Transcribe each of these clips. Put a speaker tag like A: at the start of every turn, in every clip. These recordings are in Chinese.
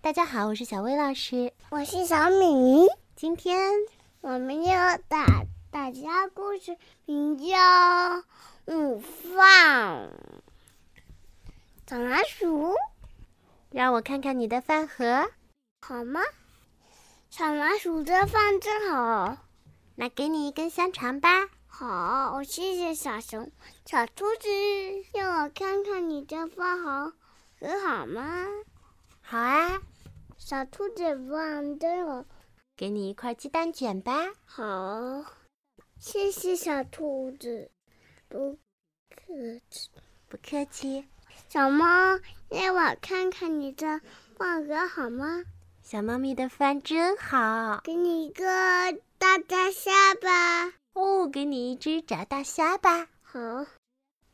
A: 大家好，我是小薇老师。
B: 我是小米，
A: 今天
B: 我们要打大家故事，名叫《午饭》。小老鼠，
A: 让我看看你的饭盒，
B: 好吗？小老鼠的饭真好，
A: 那给你一根香肠吧。
B: 好，我谢谢小熊、小兔子，让我看看你的饭好，很好吗？
A: 好啊，
B: 小兔子饭真好，
A: 给你一块鸡蛋卷吧。
B: 好，谢谢小兔子，不客气。
A: 不客气，
B: 小猫，让我看看你的饭盒好吗？
A: 小猫咪的饭真好
B: 给你一个大大下巴。
A: 哦，给你一只炸大虾吧。
B: 好，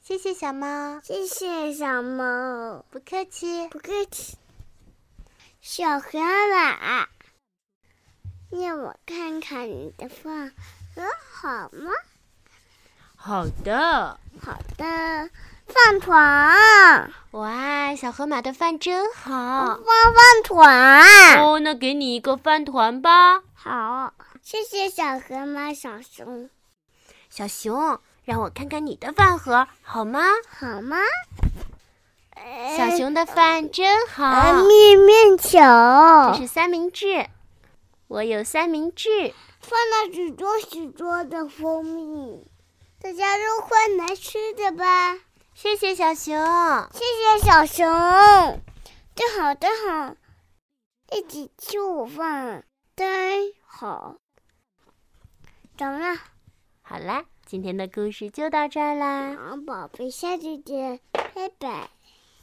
A: 谢谢小猫，
B: 谢谢小猫，
A: 不客气。
B: 不客气。小河马，让我看看你的饭盒好吗？
A: 好的。
B: 好的，饭团，
A: 哇，小河马的饭真好。
B: 放饭团。
A: 哦，那给你一个饭团吧。
B: 好，谢谢小河马小熊，
A: 小熊，让我看看你的饭盒好吗？
B: 好吗？
A: 小熊的饭真好
B: 呃，，面面球，
A: 这是三明治。我有三明治，
B: 放了许多许多的蜂蜜，大家都快来吃的吧！
A: 谢谢小熊。
B: 谢谢小熊，真好真好，一起吃午饭真好。怎么了？
A: 好啦，今天的故事就到这儿啦。
B: 好宝贝，下次见，拜拜。